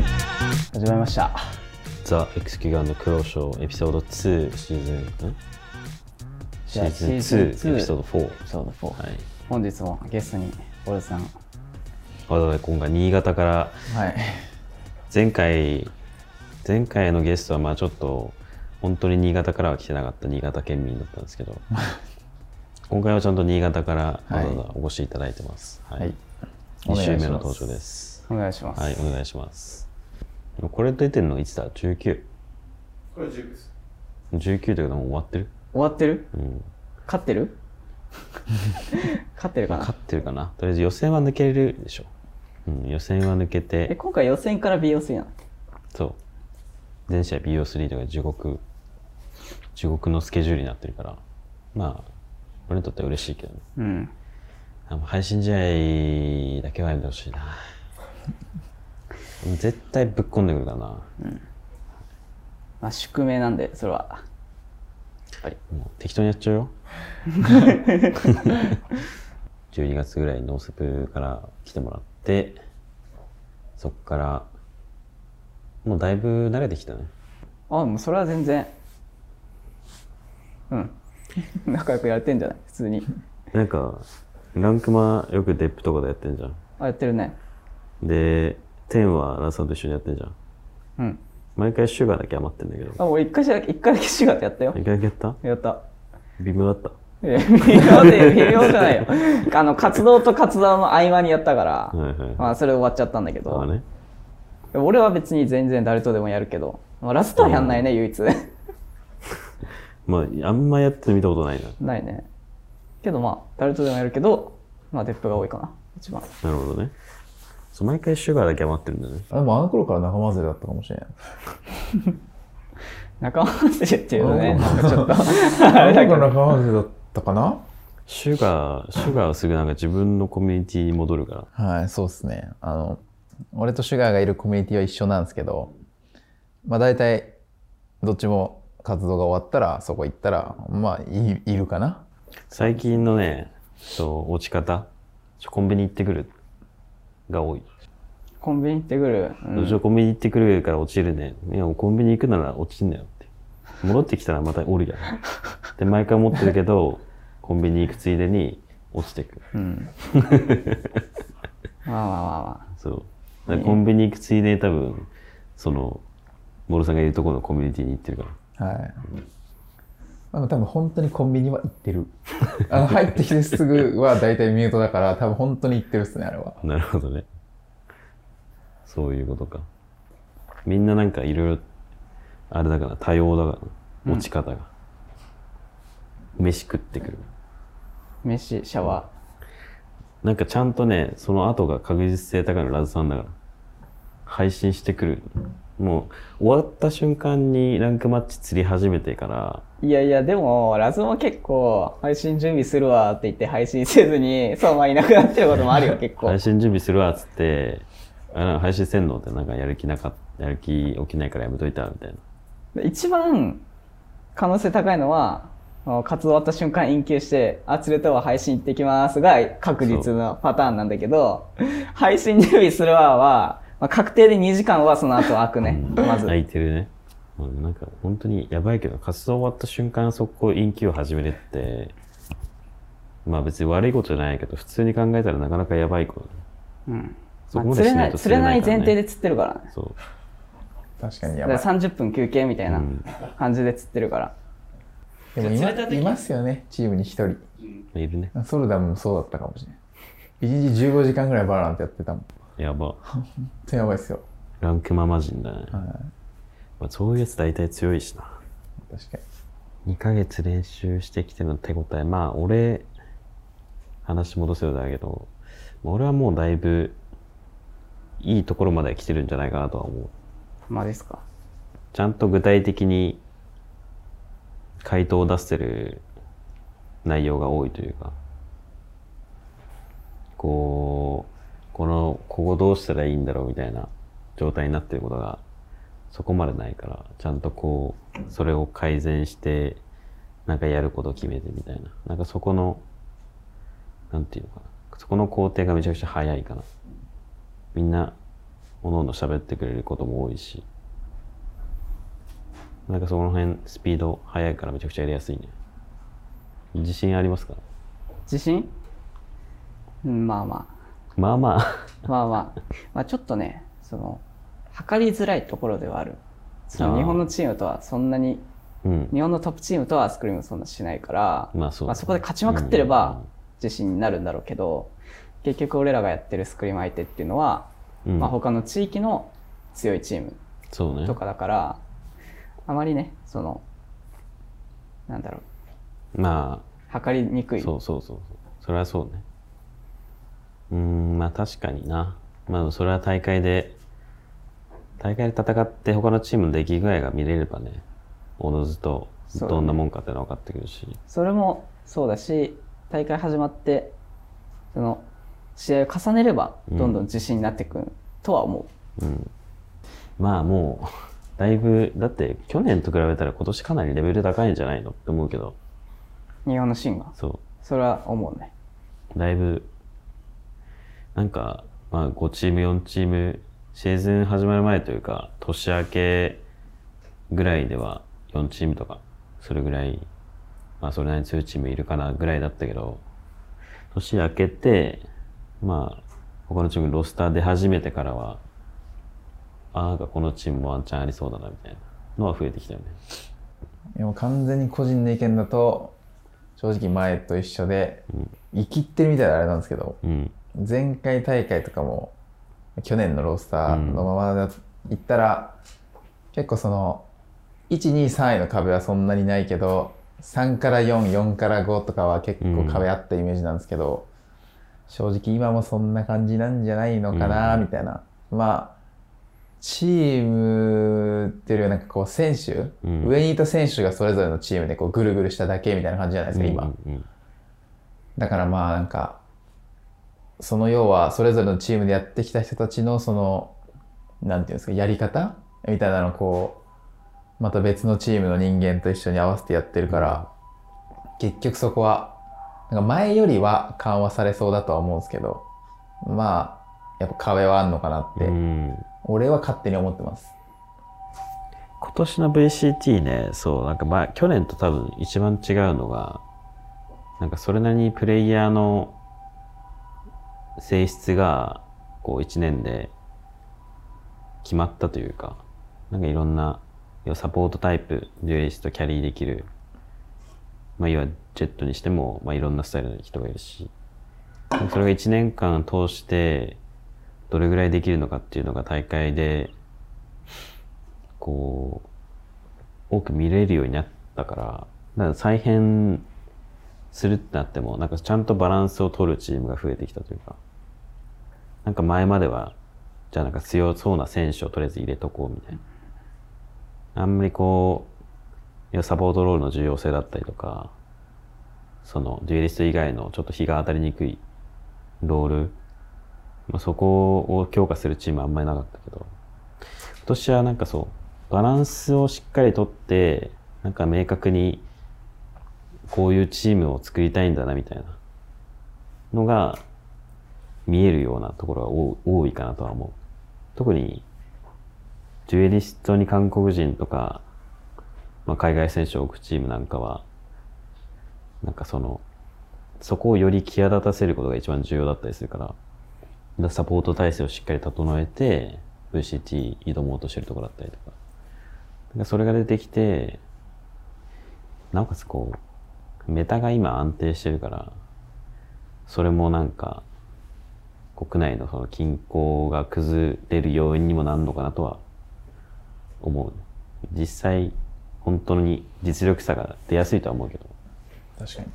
始まりましたザ・エクスキュガンのクローショーエピソード2シーズンんシーズン2エピソード4エピソード4、はい本日もゲストにオルさんわざわざ今回新潟からはい前回前回のゲストはまあちょっと本当に新潟からは来てなかった新潟県民だったんですけ ど今回はちゃんと新潟からわざわざお越しいただいてます、はいはい2週目のお願いしま登す場ですお願いします、はいお願いしますでもこれ出てるのいつだ 19?19 これ10です。 19ということはもう終わってる終わってるうん勝って る勝ってるかまあ、な勝ってるかなとりあえず予選は抜けれるでしょ、うん、予選は抜けえて今回予選から BOC なのそう全試合 BO3 とか地獄地獄のスケジュールになってるからまあ俺にとっては嬉しいけどねうんあもう配信試合だけはやめてほしいな 絶対ぶっ込んでくるからなまあ宿命なんでそれはやっぱりもう適当にやっちゃう よ12月ぐらいノースプから来てもらってそっからもうだいぶ慣れてきたねあもうそれは全然うん 仲良くやれてんじゃない普通になんかランクマよくデップとかでやってんじゃんあやってるねで天はランさんと一緒にやってんじゃんうん毎回シュガーだけ余ってんだけどあ俺一回しか一回だけシュガーってやったよ一回だけやったやった微妙だったいや微妙で微妙じゃないよあの活動と活動の合間にやったから、はいはいまあそれ終わっちゃったんだけああど、ね俺は別に全然誰とでもやるけど、まあ、ラストはやんないね、唯一 まああんまやってみたことないなないねけどまあ誰とでもやるけどまあデップが多いかな一番なるほどねそう毎回シュガーだけ余ってるんだねあでもあの頃から仲間外れだったかもし れない。仲間外れっていうのねうんなんかち ょっとあの頃から仲間外れだったかなシュガー、シュガーはすぐなんか自分のコミュニティに戻るから。はい、そうですね。あの、俺とシュガーがいるコミュニティは一緒なんですけど、まあ大体、どっちも活動が終わったら、そこ行ったら、まあ、いいるかな。最近のね、そう、落ち方、ちょコンビニ行ってくるが多い。コンビニ行ってくる、うんどうしようコンビニ行ってくるから落ちるね。いや、もうコンビニ行くなら落ちんだよって。戻ってきたらまたおるやん。で、毎回思ってるけど、コンビニ行くついでに落ちてく。うん、まあまあまあまそう。だからコンビニ行くついでに多分、その、モルさんがいるところのコミュニティに行ってるから。はい。あの多分本当にコンビニは行ってる。 あの入ってきてすぐは大体ミュートだから、多分本当に行ってるっすね、あれは。なるほどね。そういうことか。みんななんかいろいろ、あれだから、多様だから、持ち方が。飯食ってくる。あ飯シャワなんかちゃんとね、その後が確実性高いのラズさんだから。配信してくる。もう、終わった瞬間にランクマッチ釣り始めてから、ーいやいやでもラズも結構配信準備するわって言って配信せずにそうまあいなくなってることもあるよ結構配信準備するわっつって、あなんか配信せんのってなんかやる気なかっやる気起きないからやめといた、みたいな。一番可能性高いのはあの活動終わった瞬間陰休して「あ釣れたわ配信行ってきます」が確実のパターンなんだけど「配信準備するわ」は、まあ、確定で2時間はその後開くねまず空いてるね。もうなんか本当にやばいけど、活動終わった瞬間速攻陰気を始めるって、まあ別に悪いことじゃないけど、普通に考えたらなかなかやばいこと、うんそまあこまで釣れしなないいと釣れないから前ね提で釣ってるからねそう。確かにだやかばいら。30分休憩みたいなうん感じで釣ってるから、でもいまいますよね、チームに一人。いるね。ソルダムもそうだったかもしれない。一日15時間ぐらいバラントやってたもん。やば。てやばいっすよ。ランクママ人だね。はい。まあ、そういうやつ大体強いしな。確かに。 2ヶ月練習してきての手応え。まあ俺、話戻せるだけど、まあ俺はもうだいぶ、いいところまで来てるんじゃないかなとは思う。まあですかちゃんと具体的に回答を出してる内容が多いというか、こう、この、ここどうしたらいいんだろうみたいな状態になってることがそこまでないから、ちゃんとこう、それを改善して、なんかやることを決めてみたいな。なんかそこの、なんていうのかな。そこの工程がめちゃくちゃ早いかな。みんな、おのおの喋ってくれることも多いし。なんかその辺スピード速いからめちゃくちゃやりやすいね。自信ありますか自信うんまあままあまあ。 あまあまあまあちょっとねその測りづらいところではあるそあのー日本のチームとはそんなにうん。日本のトップチームとはスクリームそんなしないから、まあそうだね、まあ、そこで勝ちまくってれば自信になるんだろうけど、結局俺らがやってるスクリーム相手っていうのは、うん、うんまあ、他の地域の強いチームそうねと。かだから、あまりねそのなんだろうまあ、測りにくいそうそうそうそう。それはそうね。うーん、まあ確かにな。まあそれは大会で、大会で戦って他のチームの出来具合が見れればね、おのずとそうだねどんなもんかってのは分かってくるし。それもそうだし大会始まってその試合を重ねればうんどんどん自信になっていくとは思う、うん、まあもうだいぶだって去年と比べたら今年かなりレベル高いんじゃないのって思うけど日本のシーンがそそれは思うねうだいぶなんか、まあ、5チーム4チームシーズン始まる前というか年明けぐらいでは4チームとかそれぐらいまあそれなりに強いチームいるかなぐらいだったけど年明けてまあ他のチームロスター出始めてからはあなんかこのチームもワンチャンありそうだなみたいなのは増えてきたよねでも完全に個人の意見だと正直前と一緒で生きってるみたいであれなんですけどうん前回大会とかも去年のロースターのままだいったら、結構その123位の壁はそんなにないけど3から44から5とかは結構壁あったイメージなんですけど、正直今もそんな感じなんじゃないのかなうんみたいな、まあチームっていうよりはなんかこう選手、うん上にいた選手がそれぞれのチームでこうぐるぐるしただけみたいな感じじゃないですか、今。うんうんだからまあなんかその要はそれぞれのチームでやってきた人たちのそのなんていうんですかやり方みたいなのをこうまた別のチームの人間と一緒に合わせてやってるから結局そこはなんか前よりは緩和されそうだとは思うんですけどまあやっぱ壁はあんのかなって、うん俺は勝手に思ってます。今年の VCT ね、そう、なんかまあ、去年と多分一番違うのが、なんかそれなりにプレイヤーの性質が、こう一年で決まったというか、なんかいろんな、要はサポートタイプ、デュエリスト、キャリーできる、まあ、要はジェットにしても、まあ、いろんなスタイルの人がいるし、なんかそれが一年間通して、どれぐらいできるのかっていうのが大会でこう多く見れるようになったからだから再編するってなってもなんかちゃんとバランスを取るチームが増えてきたというかなんか前まではじゃあなんか強そうな選手をとりあえず入れとこうみたいなあんまりこう要はサポートロールの重要性だったりとかそのデュエリスト以外のちょっと日が当たりにくいロール、まあ、そこを強化するチームはあんまりなかったけど今年はなんかそう、バランスをしっかりとって、なんか明確に、こういうチームを作りたいんだな、みたいなのが、見えるようなところが多多いかなとは思う。特に、デュエリストに韓国人とか、まあ、海外選手を置くチームなんかは、なんかその、そこをより際立たせることが一番重要だったりするから、だサポート体制をしっかり整えて VCT 挑もうとしてるところだったりとかなんかそれが出てきてなおかつこうメタが今安定してるからそれもなんか国内のその均衡が崩れる要因にもなるのかなとは思う実際本当に実力差が出やすいとは思うけど確かに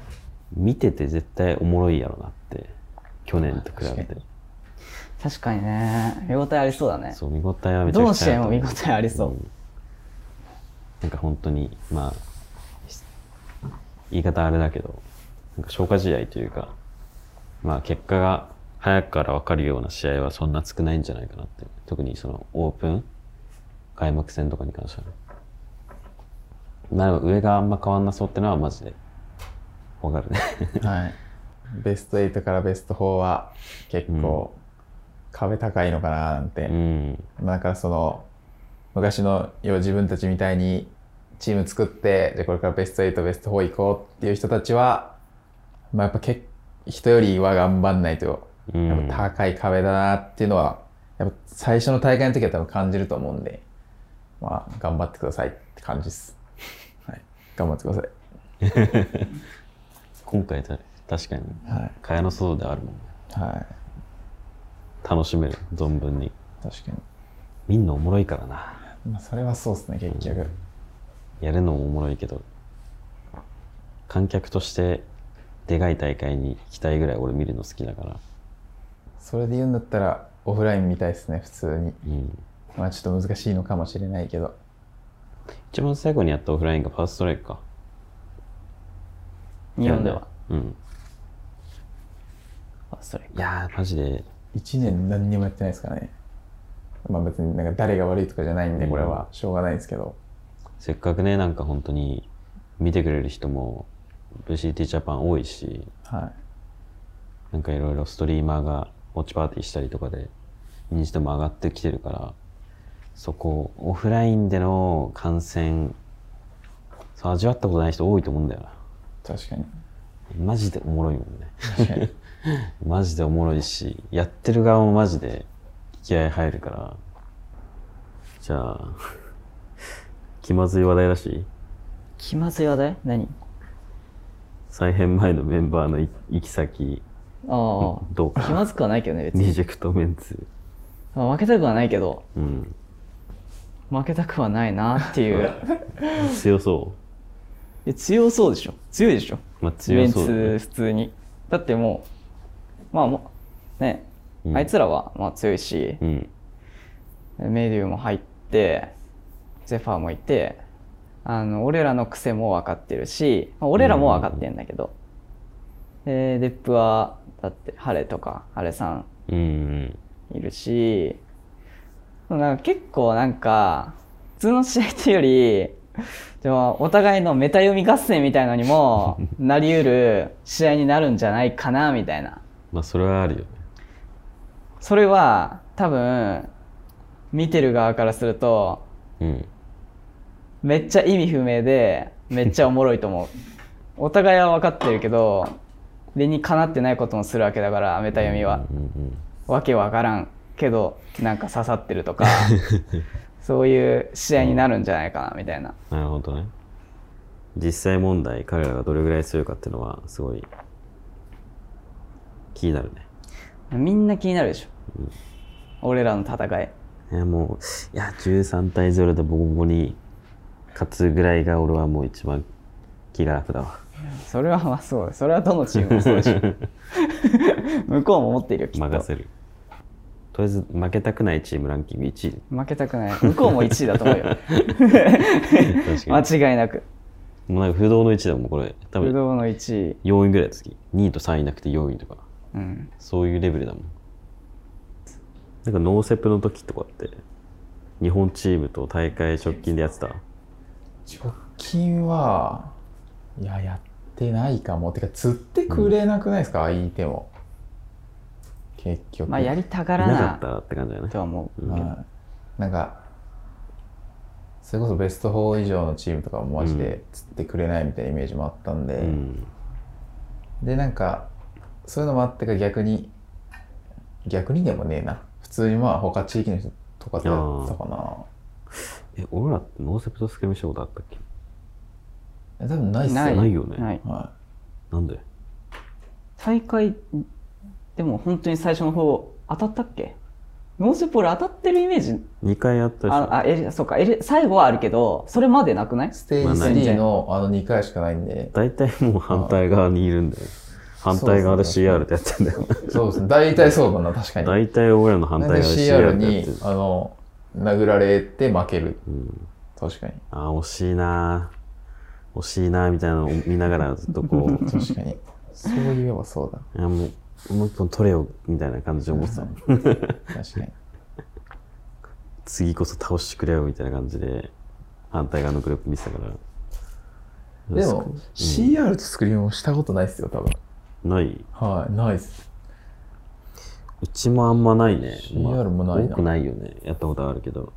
見てて絶対おもろいやろなって去年と比べ確かて。確かにね見応えありそうだねそう、見応えはめちゃくちゃどの試合も見応ええありそう、なんか本当に、まあ、し言い方あれだけど、なんか消化試合というか、まあ結果が早くから分かるような試合はそんな少ないんじゃないかなって。特にそのオープン、開幕戦とかに関してはね。なるほど、上があんま変わんなそうってのはマジで、わかるね。はい、ベスト8からベスト4は結構壁高いのかななんて、うん。まあだからその昔の要は自分たちみたいにチーム作って、じゃあこれからベスト8、ベスト4行こうっていう人たちは、まあやっぱけ人よりは頑張んないと、うんやっぱ高い壁だなっていうのは、やっぱ最初の大会の時は多分感じると思うんで、まあ頑張ってくださいって感じです。はい。頑張ってください。今回た確かにはい。蚊帳の外ではあるもんねは楽しめる存分にい。確かみんなおもろいからなに。まあそれはそうですね、結局。やるのもおもろいけど観客としてでかい大会に行きたいぐらい俺見るの好きだからそれで言うんだったら、オフラインみたいですね、普通に。うんまあちょっと難しいのかもしれないけど。一番最後にやったオフラインがパーストライクか日本では。うんあそれいやーマジで1年何にもやってないですからね。まあ別になんか誰が悪いとかじゃないんで、これはしょうがないんですけど。せっかくねなんか本当に見てくれる人も VCT ジャパン多いしは。なんかいろいろストリーマーがウォッチパーティーしたりとかで認知度も上がってきてるからそこオフラインでの観戦そう味わったことない人多いと思うんだよない確かに。マジでおもろいもんね 確かに。マジでおもろいしやってる側もマジで気合入るからじゃあ気まずい話題らしい気まずい話題何再編前のメンバーのい行き先ああ。どう気かまずくはないけどね、別リに。ジェクトメンツまあ負けたくはないけど、うん負けたくはないなって いう。強そで強そうでしょ強いでしょうまあ強そうだねメンツ普通に。だってもう、まあもう、ね、うんあいつらはまあ強いし、うんメデューも入ってゼファーもいてあの俺らの癖も分かってるし、まあ、俺らも分かってんだけど、でデップはだってハレとかハレさうんうんんいるしなんか結構なんか普通の試合っていうよりでもお互いのメタ読み合戦みたいのにもなりうる試合になるんじゃないかなみたいなまあそれはあるよねそれは多分見てる側からするとうんめっちゃ意味不明でめっちゃおもろい と思うお互いは分かってるけど理にかなってないこともするわけだからメタ読みはうんうんわけわからんけどなんか刺さってると かそういう試合になるんじゃないかなみたいななるほどね実際問題彼らがどれぐらい強いかっていうのはすごい気になるねみんな気になるでしょ俺らの戦いいやもういや13対0でボコボコに勝つぐらいが俺はもう一番気が楽だわそれはまあそうだそれはどのチーム もそうでしょ向こうも思っているよきっ任とせるとりあえず負けたくないチームランキング1位負けたくない向こうも1位だと思 うよ確 かに間違いなくもうなんか不動の1位だもんこれ多不分動の1位4位ぐらいの時2位と3位なくて4位とかうんそういうレベルだもん。なんかノーセップの時とかって、日本チームと大会直近でやってた直近は、いや、やってないかも。てか、釣ってくれなくないですか、相手も。結局。まあやりたがいならかっなたって感じだよねと。は思うけど、はい、なんかそれこそベスト4以上のチームとかもマジで釣ってくれないみたいなイメージもあったんで、うん。でなんかそういうのもあってか逆に逆にでもねえな普通にまあ他地域の人とかとやってたかなえ、俺らってノーセップとスクリームしたことあったっけえ多分ないっすよないないよね。はいはなんで大会でも本当に最初の方当たったっけノーセポール当たってるイメージ ?2 回やったでしあょ。あエリそうかエリ最後はあるけどそれまでなくないい、ステージまあない3のあの2回しかないんで大体もう反対側にいるんだよ。反対側で CR ってやってんだよ。そうですね大体そうだな確かに大体俺らの反対なん側でで CR CR ってやにってる。 あの殴られて負けるうん、確かにあー、惜しいなー惜しいなーみたいなのを見ながらずっとこう、確かにそういえばそうだいやもう、もう一本取れよ、みたいな感じで思ってた。確かに 次こそ倒してくれよみたいな感じで反対側のグループ見てたからでも、CR とスクリームもしたことないですよ多分ないうはいないですちもあんまないね CR もないな多くないよねやったことあるけど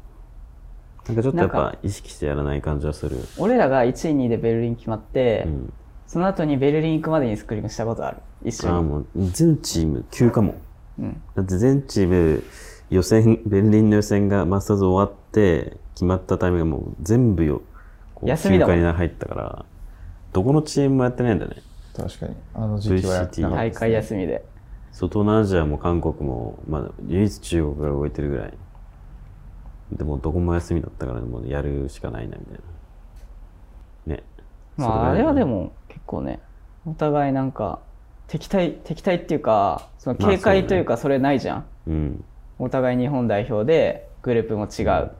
なんかちょっとやっなんぱ意識してやらない感じはする。俺らが1位2位でベルリン決まって、うん。その後にベルリン行くまでにスクリームしたことある一ああ、緒にもう全チーム急かも。うんだって全チーム予選、ベルリンの予選がマスターズ終わって、決まったタイミングがもう全部よ、こう休みだもん休暇に入ったから、どこのチームもやってないんだね。確かに。あの時期はやってなかった大です会休みでそう東南アジアも韓国も、まあ、唯一中国が動いてるぐらい。でもどこも休みだったから、もうやるしかないな、みたいな。ね。まそこあらあ辺れはで、も結構ねお互いなんか敵対敵対っていうかそのまあ警戒というかそれないじゃん、うん。お互い日本代表でグループも違う、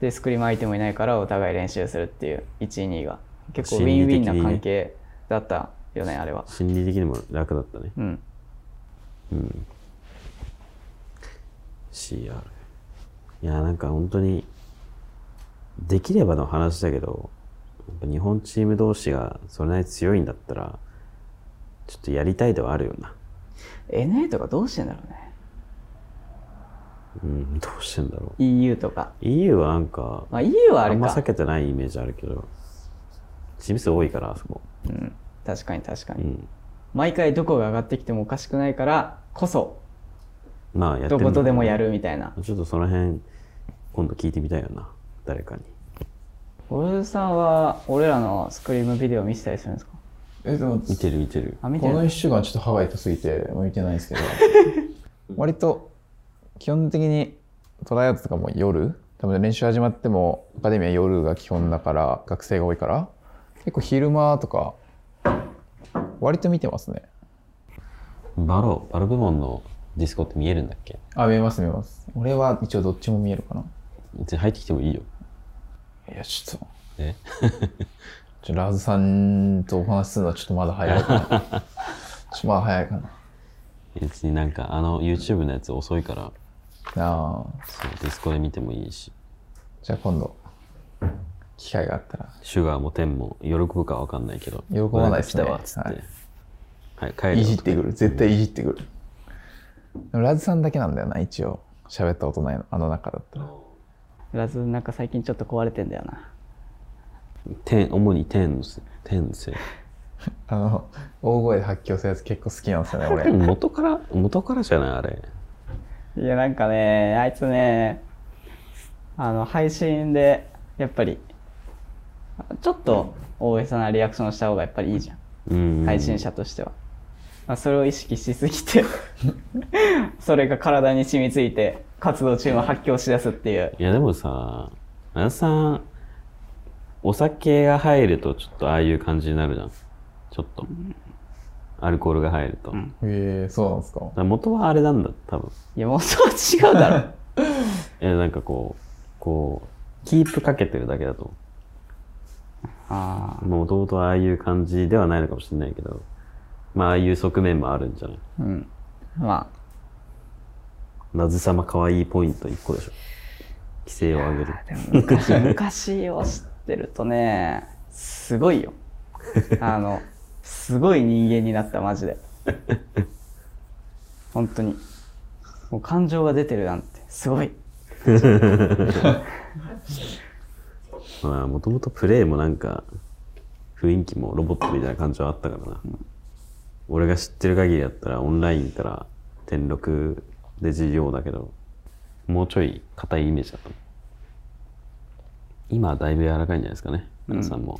でスクリーム相手もいないからお互い練習するっていう1位2位が結構ウ心ィン理ウ的ィンにねな関係だったよねあれは心理的にも楽だったね。うん CR。いや、なんか本当に、できればの話だけど、やっぱ日本チーム同士がそれなりに強いんだったら、ちょっとやりたいではあるよな。 NA とかどうしてんだろうねうん、どうしてんだろ EU とか、う。EU はなんか、まあ、EU はああれんまか避けてないイメージあるけど、チーム数多いから、あそこ。うん、確かに確かうに、ん。毎回どこが上がってきてもおかしくないからこそまあ、やってどることでもやる。るみたいなちょっとその辺、今度聞いてみたいよな。誰かに。ゴルフさんは俺らのスクリームビデオ見せたりするんですかえ、でも、見てる見てる。あ見てこるの1週間ちょっとハワイとすぎて向いてないんです けど割と基本的にトライアウトとかも夜多分練習始まってもアカデミーは夜が基本だから学生が多いから結構昼間とか割と見てますねバロ、バロ部門のディスコって見えるんだっけあ見えます見えます俺は一応どっちも見えるかな別に入ってきてもいいよ。いやちょっとえ ちょラーズさんとお話しするのはちょっとまだ早いかなちょっとまだ早いかな別になんかあの YouTube のやつ遅いからああそうディスコで見てもいいしじゃあ今度機会があったらシュガーもテンも喜ぶかわかんないけど喜ばないっ来すたねわっつって、ははいい帰るよいじってくる絶対いじってくるでもラズさんだけなんだよな一応喋ったことないのあの中だったらラズなんか最近ちょっと壊れてんだよなテン主にテンのせテンのせいあの大声で発狂するやつ結構好きなんですよね俺でも元から元からじゃないあれいやなんかねあいつねあの配信でやっぱりちょっと大げさなリアクションした方がやっぱりいいじゃんうん配信者としては、まあ、それを意識しすぎて それが体に染みついて活動中も発狂しだすっていういやでもさあやさんお酒が入るとちょっとああいう感じになるじゃんちょっとアルコールが入ると、だかええそうなんですから元はあれなんだ多分いやもうそう違うだ ろえなんかこうこうキープかけてるだけだとああもともとああいう感じではないのかもしれないけどまあああいう側面もあるんじゃないうんまなずさまかわいいポイント1個でしょ規制を上げるあでも昔昔を知ってるとねす ごいよあのすごい人間になったマジで本当にもう感情が出てるなんてすごいまあもともとプレイもなんか雰囲気もロボットみたいな感じはあったからな、俺が知ってる限りだったらオンラインったら点6で授業だけどもうちょい硬いイメージだと思う今はだいぶ柔らかいんじゃないですかね皆さんも、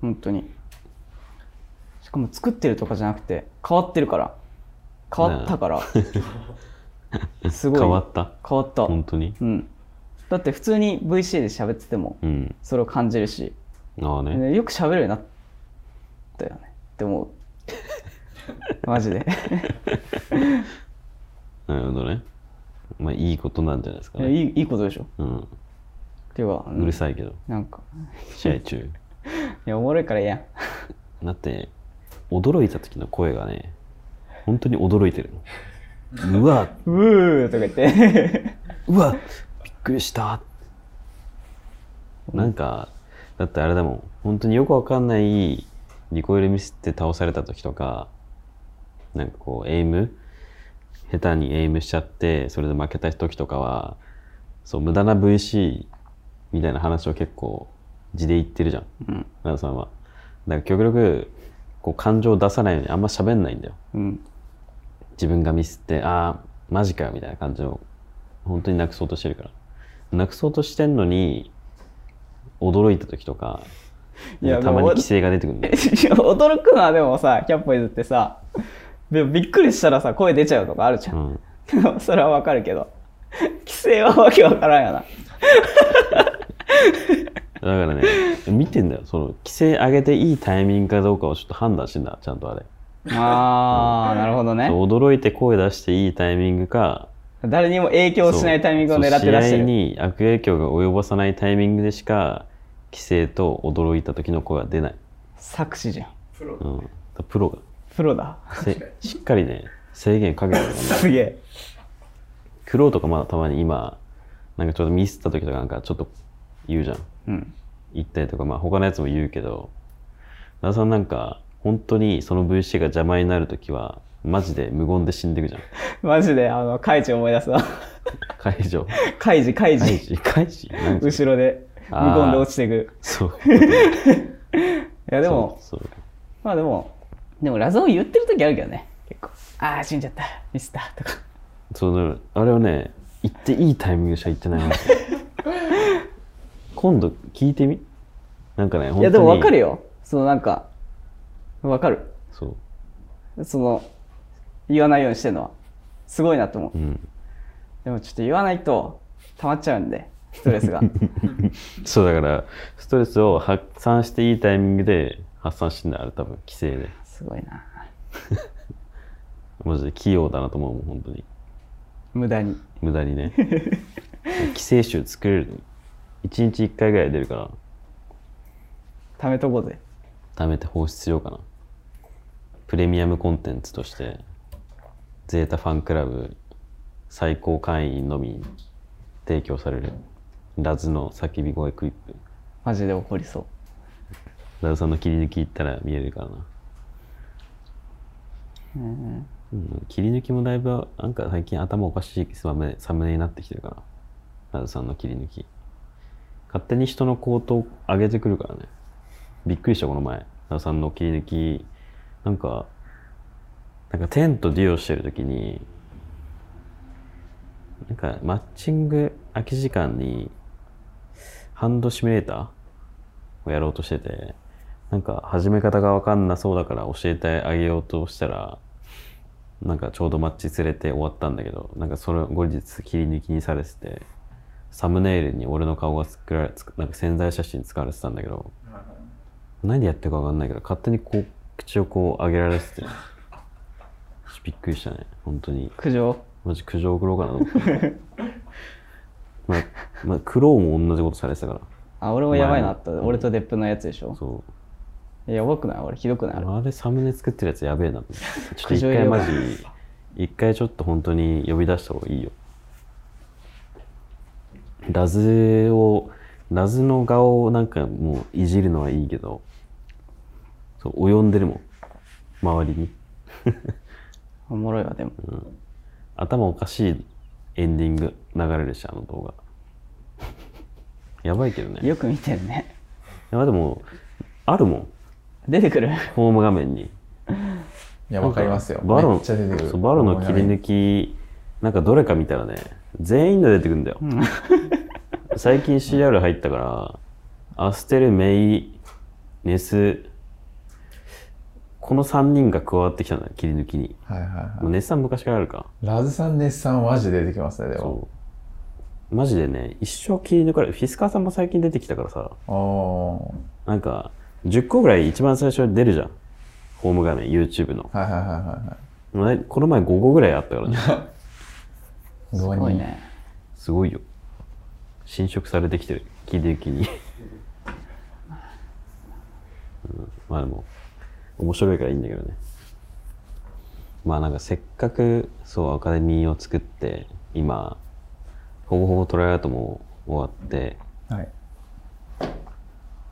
本当にしかも作ってるとかじゃなくて変わってるから変わったからすごい変わった変わった本当にうんだって普通に VC で喋っててもうんそれを感じるし、ああねねよく喋るようになったよねっ て思うマジでなるほどねまあいいことなんじゃないですかいやねいいいいことでしょうんっていうかうるさいけどなんか試合中いやおもろいからい いやんだって驚いた時の声がね本当に驚いてるのうわうーとか言ってうわびっくりしたなんかだってあれだもん本当によくわかんないリコイルミスって倒された時とかなんかこうエイム下手にエイムしちゃってそれで負けた時とかはそう無駄な VC にみたいな話を結構字で言ってるじゃんうん。奈良さんはだから極力こう感情を出さないようにあんま喋んないんだようん。自分がミスってああマジかよみたいな感じを本当になくそうとしてるからなくそうとしてんのに驚いた時とかいやたまにもう規制が出てくるんだえよ驚くのはでもさ、キャップイズってさ、びびっくりしたらさ、声出ちゃうとかあるじゃ。うんん、 それはわかるけど。規制はわけわからんよな。だからね見てんだよその規制上げていいタイミングかどうかをちょっと判断してんだちゃんとあれあー、なるほどね。驚いて声出していいタイミングか誰にも影響しないタイミングを狙ってそう出し試て合る。に悪影響が及ぼさないタイミングでしか規制と驚いた時の声は出ない、作詞じゃん。プロうん、だからプロプロだ。がせしっかりね制限かけてるのねすげえ。苦労とかまだたまに今なんかちょっとミスった時とかなんかちょっと言うじゃんうん。言ったりとかまあ他のやつも言うけど奈良さんなんか本当にその VC が邪魔になる時はマジで無言で死んでいくじゃん マジで、あの、カイジ思い出すわ。 会場カイジ、カイ開ジ。示開示なんか後ろで、無あー言で落ちていく。そういや、でも、そうそうまあでも、でも、ラゾン言ってる時あるけどね。結構。ああ、死んじゃった。ミスった。とか。そのあれはね行っていいタイミングでしか行ってないんです よ今度聞いてみなんかね本当にいや、でもわかるよ。そのなんか、わかる。そその、言わないようにしてるのは。すごいなと思うう、う。ん、でもちょっと言わないと、溜まっちゃうんで、ストレ スが。そうだからストレスを発散していいタイミングで発散してんだあれ多分規制ですごいな。マジで器用だなと思うもん本当に無駄に。無駄にね規制集作れる一日一回ぐらい出るから溜めとこうぜ。貯めて放出しようかなプレミアムコンテンツとしてゼータファンクラブ最高会員のみ提供されるラズの叫び声クリップマジで怒りそう。ラズさんの切り抜き行ったら見えるからな、うん切り抜きもだいぶなんか最近頭おかしいサムネサムネになってきてるからラズさんの切り抜き勝手に人の口頭を上げてくるからねびっくりしたこの前ラズさんの切り抜きなんかなんかテンとデュオしてる時になんかマッチング空き時間にハンドシミュレーターをやろうとしててなんか始め方が分かんなそうだから教えてあげようとしたらなんかちょうどマッチ連れて終わったんだけどなんかそれを後日切り抜きにされててサムネイルに俺の顔が作られつくなんか潜在写真使われてたんだけど何やってるか分かんないけど勝手にこう口をこう上げられててびっくりしたね本当に苦情マジ苦情送ろうかなと思ってまあ、まあ、苦労も同じことされてたからあ、俺もやばいなって、お前も俺とデップのやつでしょ。そういややばくない俺ひどくないあれあれサムネ作ってるやつやべえなと思って ちょっと苦一情入回れようマジ一回ちょっと本当に呼び出した方がいいよラズをラズの顔をなんかもういじるのはいいけどそう及んでるもん周りに おもろいわ、でも。頭おかしいエンディング流れるしあの動画やばいけどねよく見てるね。 いやでもあるもん出てくるホーム画面にいや、わかりますよ。バロめっちゃ出てくンる。そうバロンの切り抜きなんかどれか見たらね全員が出てくるんだよ、 最近 CR 入ったからアステルメイネスこの3人が加わってきたんだよ切り抜きにはいはいはもうネスさん昔からあるかい。ラズさん、ネスさん、マジで出てきますね、でも。そうマジでね一生切り抜かれるフィスカーさんも最近出てきたからさおなんか10個ぐらい一番最初に出るじゃんホーム画面 YouTube のーはいはいはいはいは前この前5個ぐらいあったからねい。すすごいね。すごいよ。侵食されてきてる、切り抜きに。 うん、まあでも、面白いからいいんだけどね。まあなんかせっかく、そう、アカデミーを作って、今、ほぼほぼトライアウトも終わって、はい。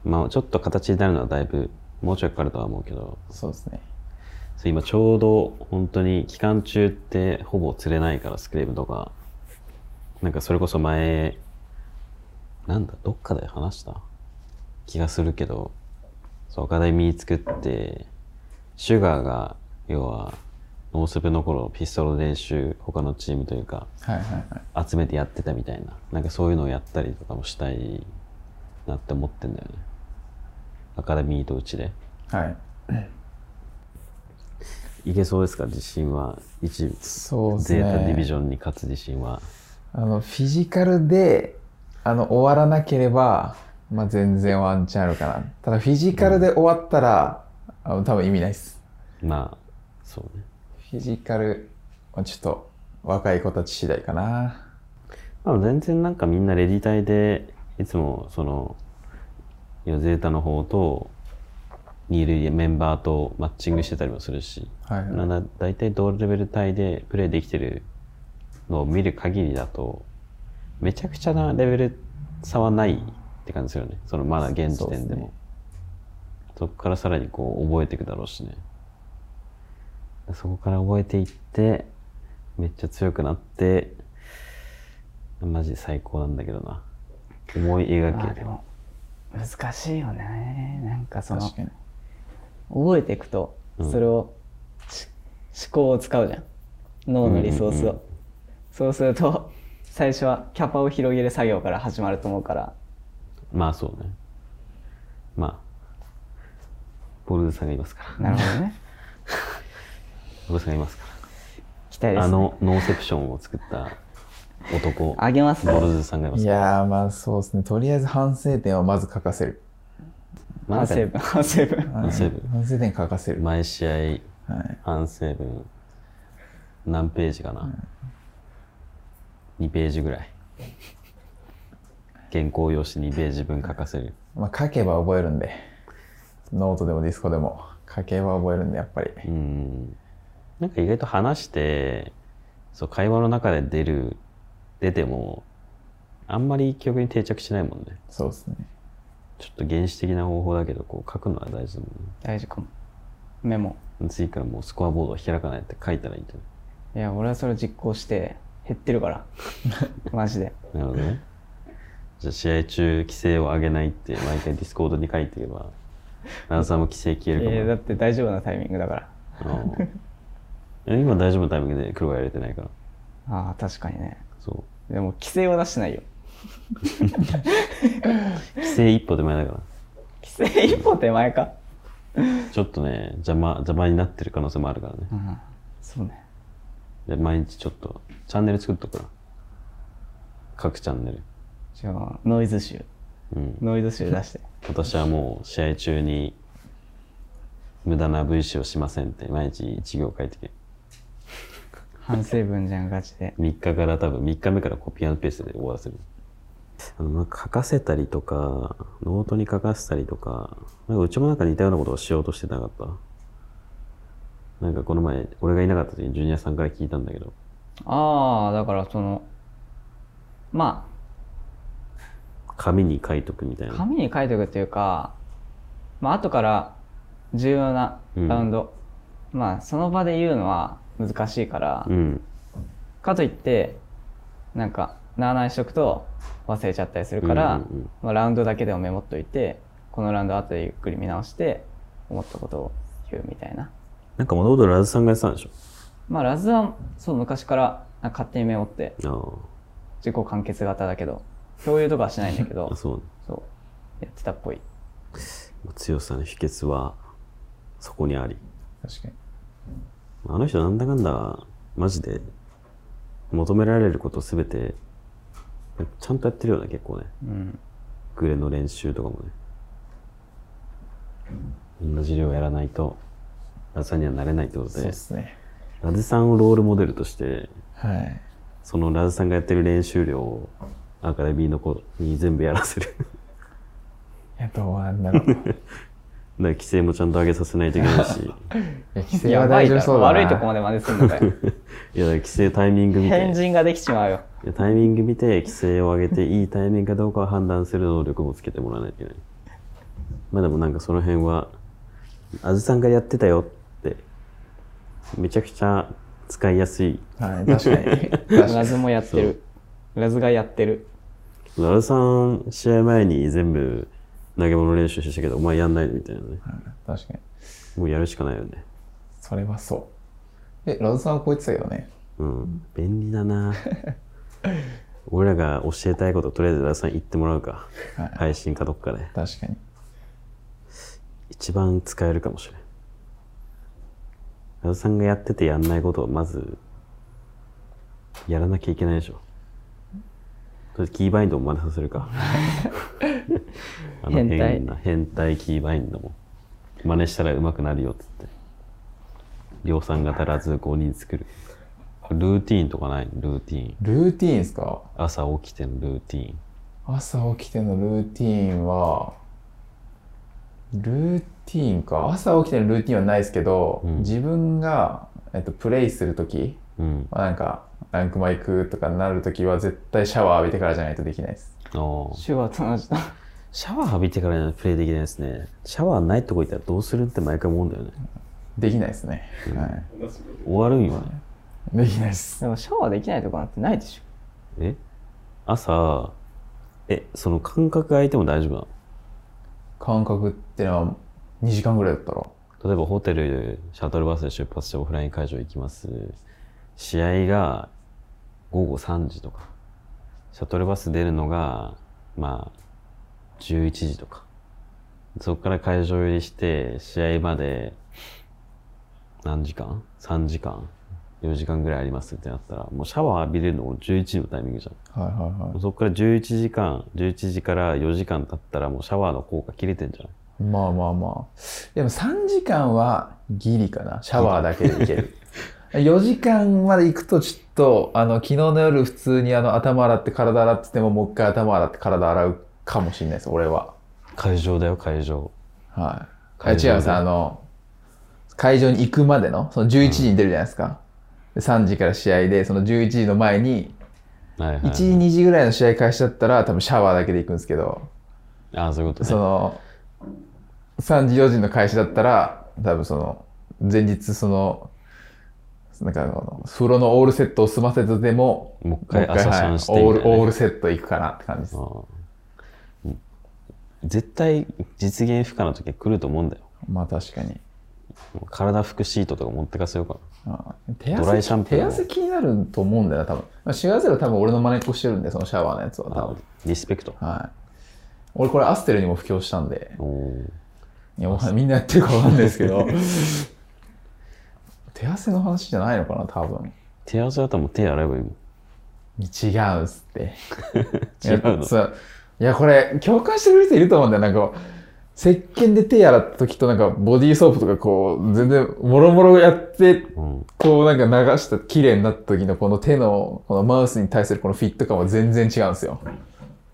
まあちょっと形になるのはだいぶ、もうちょいかかるとは思うけど、そうですね。そう今ちょうど本当に期間中ってほぼ釣れないからスクレーブとかなんかそれこそ前なんだ、どっかで話した気がするけど、そう、アカデミー作って、シュガーが、要は、ノースブの頃、ピストル練習、他のチームというか、はいはいはい。集めてやってたみたいな、なんかそういうのをやったりとかもしたいなって思ってんだよね。アカデミーとうちで。はい。いけそうですか自信は。一部、そうですゼね。ータディビジョンに勝つ自信は。あの、フィジカルで、あの、終わらなければ、まあ、全然ワンチャンあるかな。ただ、フィジカルで終わったら、あの、多分意味ないです。まあ、そうね。フィジカル、まあちょっと、若い子たち次第かな。まあ、全然なんかみんなレディタイで、いつもその、ヨゼータの方と、二塁メンバーとマッチングしてたりもするし、はいはいなんだ大体同レベル帯でプレイできてるのを見る限りだと、めちゃくちゃなレベル差はないって感じですよね。そのまだ現時点でも。そこ、からさらにこう覚えていくだろうしね。そこから覚えていって、めっちゃ強くなって、マジ最高なんだけどな。思い描まあけでる。も、難しいよね。なんかその、確かに。覚えていくとうんそれをし、思考を使うじゃん脳のリソーうスを、んうんうんそうすると最初はキャパを広げる作業から始まると思うからまあそうね。まあ、ボルズさんがいますから。なるほど ねボルズさんがいますから。期待です、ね、あのノーセプションを作った男、あげますねボルズさんがいまいす。やー、まあ、そうですね。とりあえず反省点をまず書かせる。まあ反省文反省文はい反省文反省点書かせる。毎試合、はい。反省文、何ページかな、?2 ページぐらい。原稿用紙2ページ分書かせる。まあ、書けば覚えるんで。ノートでもディスコでも。書けば覚えるんで、やっぱり。うん。なんか意外と話して、そう、会話の中で出る、出ても、あんまり記憶に定着しないもんね。そうですね。ちょっと原始的な方法だけど、こう書くのは大事だもんね。大事かもメモ次からもうスコアボードを開かないって書いたらいいんじゃいや俺はそれを実行して減ってるから マジでないなるほどね。じゃあ試合中、規制を上げないって毎回ディスコードに書いてれば、奈良さんも規制消えいるかもやだって大丈夫なタイミングだからうん。今大丈夫なタイミングで黒がやれてないから。ああ確かにねそう。でも規制は出してないよ規制一歩手前だか規制一歩手前か、ら。ちょっとね、邪魔、邪魔になってる可能性もあるからねう。ん、そうねで毎日ちょっと、チャンネル作っとくから。各チャンネル。じゃあノイズ集うん。ノイズ集出 して私はもう試合中に無駄な VC をしませんって毎日1行書いてけ反省文じゃんガチで3日から多分3日目からコピーペーストで終わらせるあのなんか書かせたりとかノートに書かせたりとかなんかうちもなんか似たようなことをしようとしてなかったなんかこの前俺がいなかった時にジュニアさんから聞いたんだけどああだからそのま紙に書いとくみたいあな紙に書いておくっていうかまあ後から重要なラウンド、まあその場で言うのは難しいから、うんかといってなんかなあなあにしとくと忘れちゃったりするから、うんうんうんまあ、ラウンドだけでもメモっといてこのラウンド後でゆっくり見直して思ったことを言うみたいななんかもともとラズさんがやってたんでしょまあラズはそう昔からなんか勝手にメモってあ自己完結型だけど共有とかはしないんだけ ああどそうそうやってたっぽい強さの秘訣はそこにあり確かに。あの人なんだかんだ、マジで、求められることすべて、ちゃんとやってるよね、結構ね。うんグレの練習とかもね。同じ量やらないと、ラズさんにはなれないってことそうでで、すね。ラズさんをロールモデルとして、はい。そのラズさんがやってる練習量をアカデミーの子に全部やらせる。 いや、どうなんだろう。いだから規制もちゃんと上げさせないといけないし、や、規制は大丈夫そうだな。悪いとこまで真似すんのか いよや、だから規制タイミング見て。変人ができちまうよでタイミング見て規制を上げていいタイミングかどうかを判断する能力もつけてもらわないといけないまあでもなんかその辺はあずさんがやってたよってめちゃくちゃ使いやすい はい、確かに。確かラズもやってるラズがやってるラウさん、試合前に全部投げ物練習したけど、お前やんないのみたいなね。確かに。もうやるしかないよね。それはそう。え、ラズさんはこう言ってたけどね。うん。便利だな俺らが教えたいこと、とりあえずラウさん言ってもらうか。はい配信かどっかで。確かに。一番使えるかもしれん。ラウさんがやっててやんないことをまず、やらなきゃいけないでしょ。とりあえずキーバインドも真似させるか。あの 変態変な変態キーバインドも。真似したら上手くなるよっつって。量産が足らず5人作る。ルーティーンとかないルーティーン。ルーティーンですか朝起きてのルーティーン。朝起きてのルーティーンは、ルーティーンか。朝起きてのルーティーンはないですけど、うん自分が、えっと、プレイするとき、うん。まあなんか、ランクマ行くとかなるときは絶対シャワー浴びてからじゃないとできないです。あー手話と同じだ。シャワー浴びてからプレイできないですね。シャワーないとこ行ったらどうするって毎回思うんだよね。できないですね。は終わるんよね。い。できないです。でもシャワーできないとこなんてないでしえ朝、え、その間隔空いても大丈夫なの感覚ってのは2時間ぐらいだったら、例えばホテル、シャトルバスで出発してオフライン会場行きます。試合が午後3時とか。シャトルバス出るのが、まあ、11時とか。そこから会場入りして、試合まで何時間 ?3 時間 ?4 時間ぐらいありますってなったら、もうシャワー浴びれるの俺11時のタイミングじゃん。はいはいはそこから11時間、11時から4時間経ったらもうシャワーの効果切れてんじゃないい。まあまあまあ。でも3時間はギリかな。シャワーだけでいける。4時間まで行くとちょっと、あの、昨日の夜普通にあの、頭洗って体洗ってても、もう一回頭洗って体洗うかもしれないです、俺は。会場だよ、会場。はい。会い場でや違うさ、あの、会場に行くまでの、その11時に出るじゃないですか。で3時から試合で、その11時の前に、はいはい。 1時、2時ぐらいの試合開始だったら、多分シャワーだけで行くんですけど、ああ、そういうことね。その、3時、4時の開始だったら、多分その、前日その、なんかあの、風呂のオールセットを済ませずでも、もう一回もう一朝回シはャいンしてオーみたいル、なねオールセット行くかなって感じです。うんうん絶対実現不可な時は来ると思うんだよ。まあ確かに。もう体拭くシートとか持ってかせようかうん手ドライシャン汗プー手も汗気になると思うんだよな、多分。まあ、シュガーゼロ多分俺の真似っこしてるんで、そのシャワーのやつはな。多あ分。リスペクト。はい。俺これアステルにも布教したんで、おーいや、もう みんなやってるかわかんないですけ ど、手汗の話じゃないのかな、多分。手汗だったらもう手洗えばいいもん。違うっすって。 違うのいやそういや、これ、共感してくれる人いると思うんだよ。なんか、石鹸で手洗った時と、なんか、ボディーソープとか、こう、全然、もろもろやって、うん、こう、なんか流した、綺麗になった時の、この手の、このマウスに対するこのフィット感は全然違うんですよ。じゃ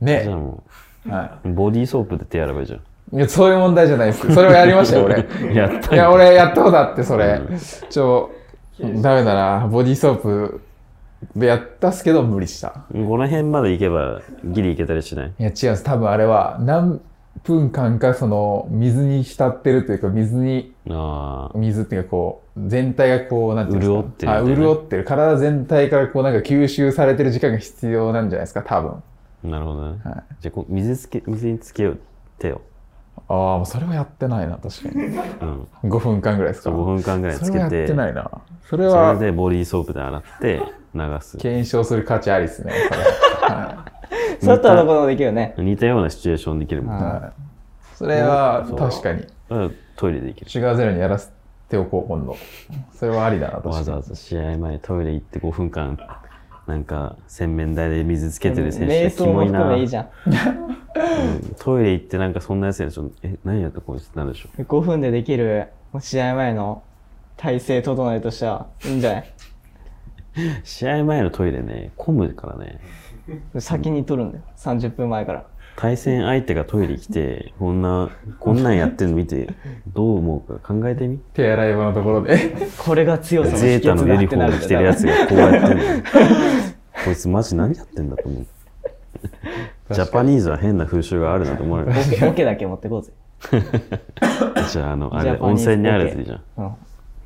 あね。もはう、ボディーソープで手洗えばいいじゃん。い。いや、そういう問題じゃないです。それをやりました よ、俺。やったいや、俺やったことあって、それう。ちょ、ダメだな。ボディーソープでやったっすけど、無理した。この辺まで行けばギリ行けたりしないいや、違うんです。多分あれは、何分間か、その、水に浸ってるというか、水に、ああ、水っていうか、こう、全体がこう、なんていうんですか。潤ってるみたいなあ潤ってる。体全体から、こう、なんか吸収されてる時間が必要なんじゃないですか、多分。なるほどね。はいじゃあこう水つけ、水につけよう、手を。ああ、それはやってないな、確かに。うん。 5分間ぐらいですか。 5分間ぐらいつそれけ、はやっててないな。それそれは、でボディーソープで洗って流す。検証する価値ありですね。それはいょ。そうやったらどこでもできるよね。似たようなシチュエーションできるもん。ははいそれは、確かに。うんトイレでできる。シュガーゼロにやらせておこう、今度。それはありだな、確かわに。ざわざ試合前トイレ行って5分間なんか洗面台で水つけてる選手瞑ってキ想もモいな含めいいじゃん。うんトイレ行ってなんかそんなやつやでしょえ何やったこいつってなるでしょ5分でできる試合前の体勢整えとしてはいいんじゃない試合前のトイレね混むからね先に取るんだよ。30分前から。対戦相手がトイレ来てこんなこんなんやってるの見てどう思うか考えてみ手洗い場のところで。 これが強さの秘ゼータ訣のだユっニてフォなームる着んだてよるやつがこうやってんのこいつマジ何やってんだと思うジャパニーズは変な風習があるなと思われるボケボケだけ持ってこうぜ。 じゃああのあれジャパニー温ズ泉にあるやつでいいじゃんうん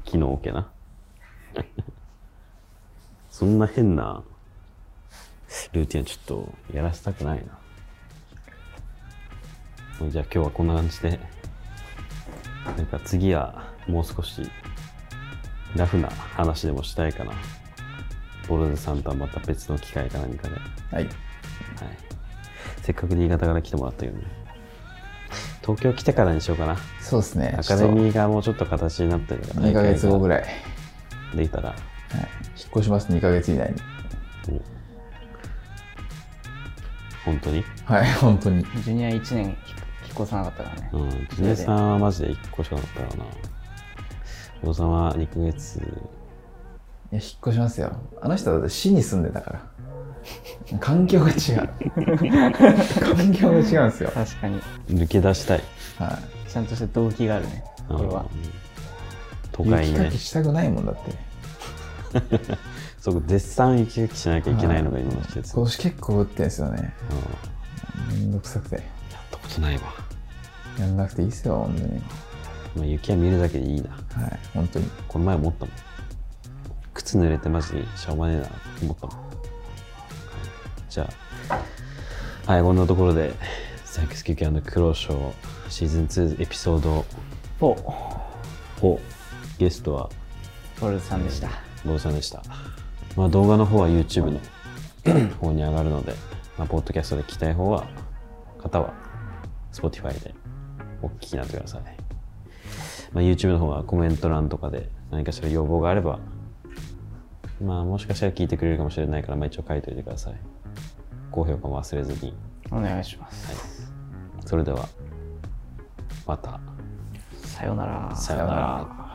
昨日オケな そんな変なルーティンはちょっとやらせたくないなもうじゃあ今日はこんな感じで、なんか次はもう少しラフな話でもしたいかな。ボルデさんとはまた別の機会か何かで。はい。はい。せっかく新潟から来てもらったけどね。東京来てからにしようかな。そうですね。アカデーミーがもうちょっと形になってるから。 2ヶ月後ぐららい。はい。い。できたら。引っ越します、2ヶ月以内に。もう本当にはい、 本当に。ジュニア1年引っ越さなかったからね。うん、ジュネさんはマジで1個しかなかったからな。王さんは2ヶ月、いや、引っ越しますよ。あの人はだって市に住んでたから。環境が違 う。環境が違うんですよ。確かに。抜け出したい。はちゃんとした動機があるね。これはうん。都い。会雪にかねき、したくないもんだって。そこ絶賛雪かきしなきゃいけないのが今の季節。うん今年結構降ってんですよね。めんどくさくて。やったことないわ。やんなくていいっすよ、本当に。まあ、雪は見るだけでいいな。はい、本当に。この前思ったもん。靴濡れてマジでしょうがねえなって思ったもん。はいじゃあ、はい、こんなところで、サンクスキューキャンの苦労ショーシーズン2エピソードフォ4、ゲストはー、ボルズさんでした。ごさんでした。まあ、動画の方は YouTube の方に上がるので、まあ、ポッドキャストで聞きたい方は、方は Spotify でお聞きになってください。まあ、YouTube の方はコメント欄とかで何かしら要望があれば、まあ、もしかしたら聞いてくれるかもしれないから、まあ、一応書いておいてください。高評価も忘れずに。お願いします。それでは、また、さようなら。さようなら。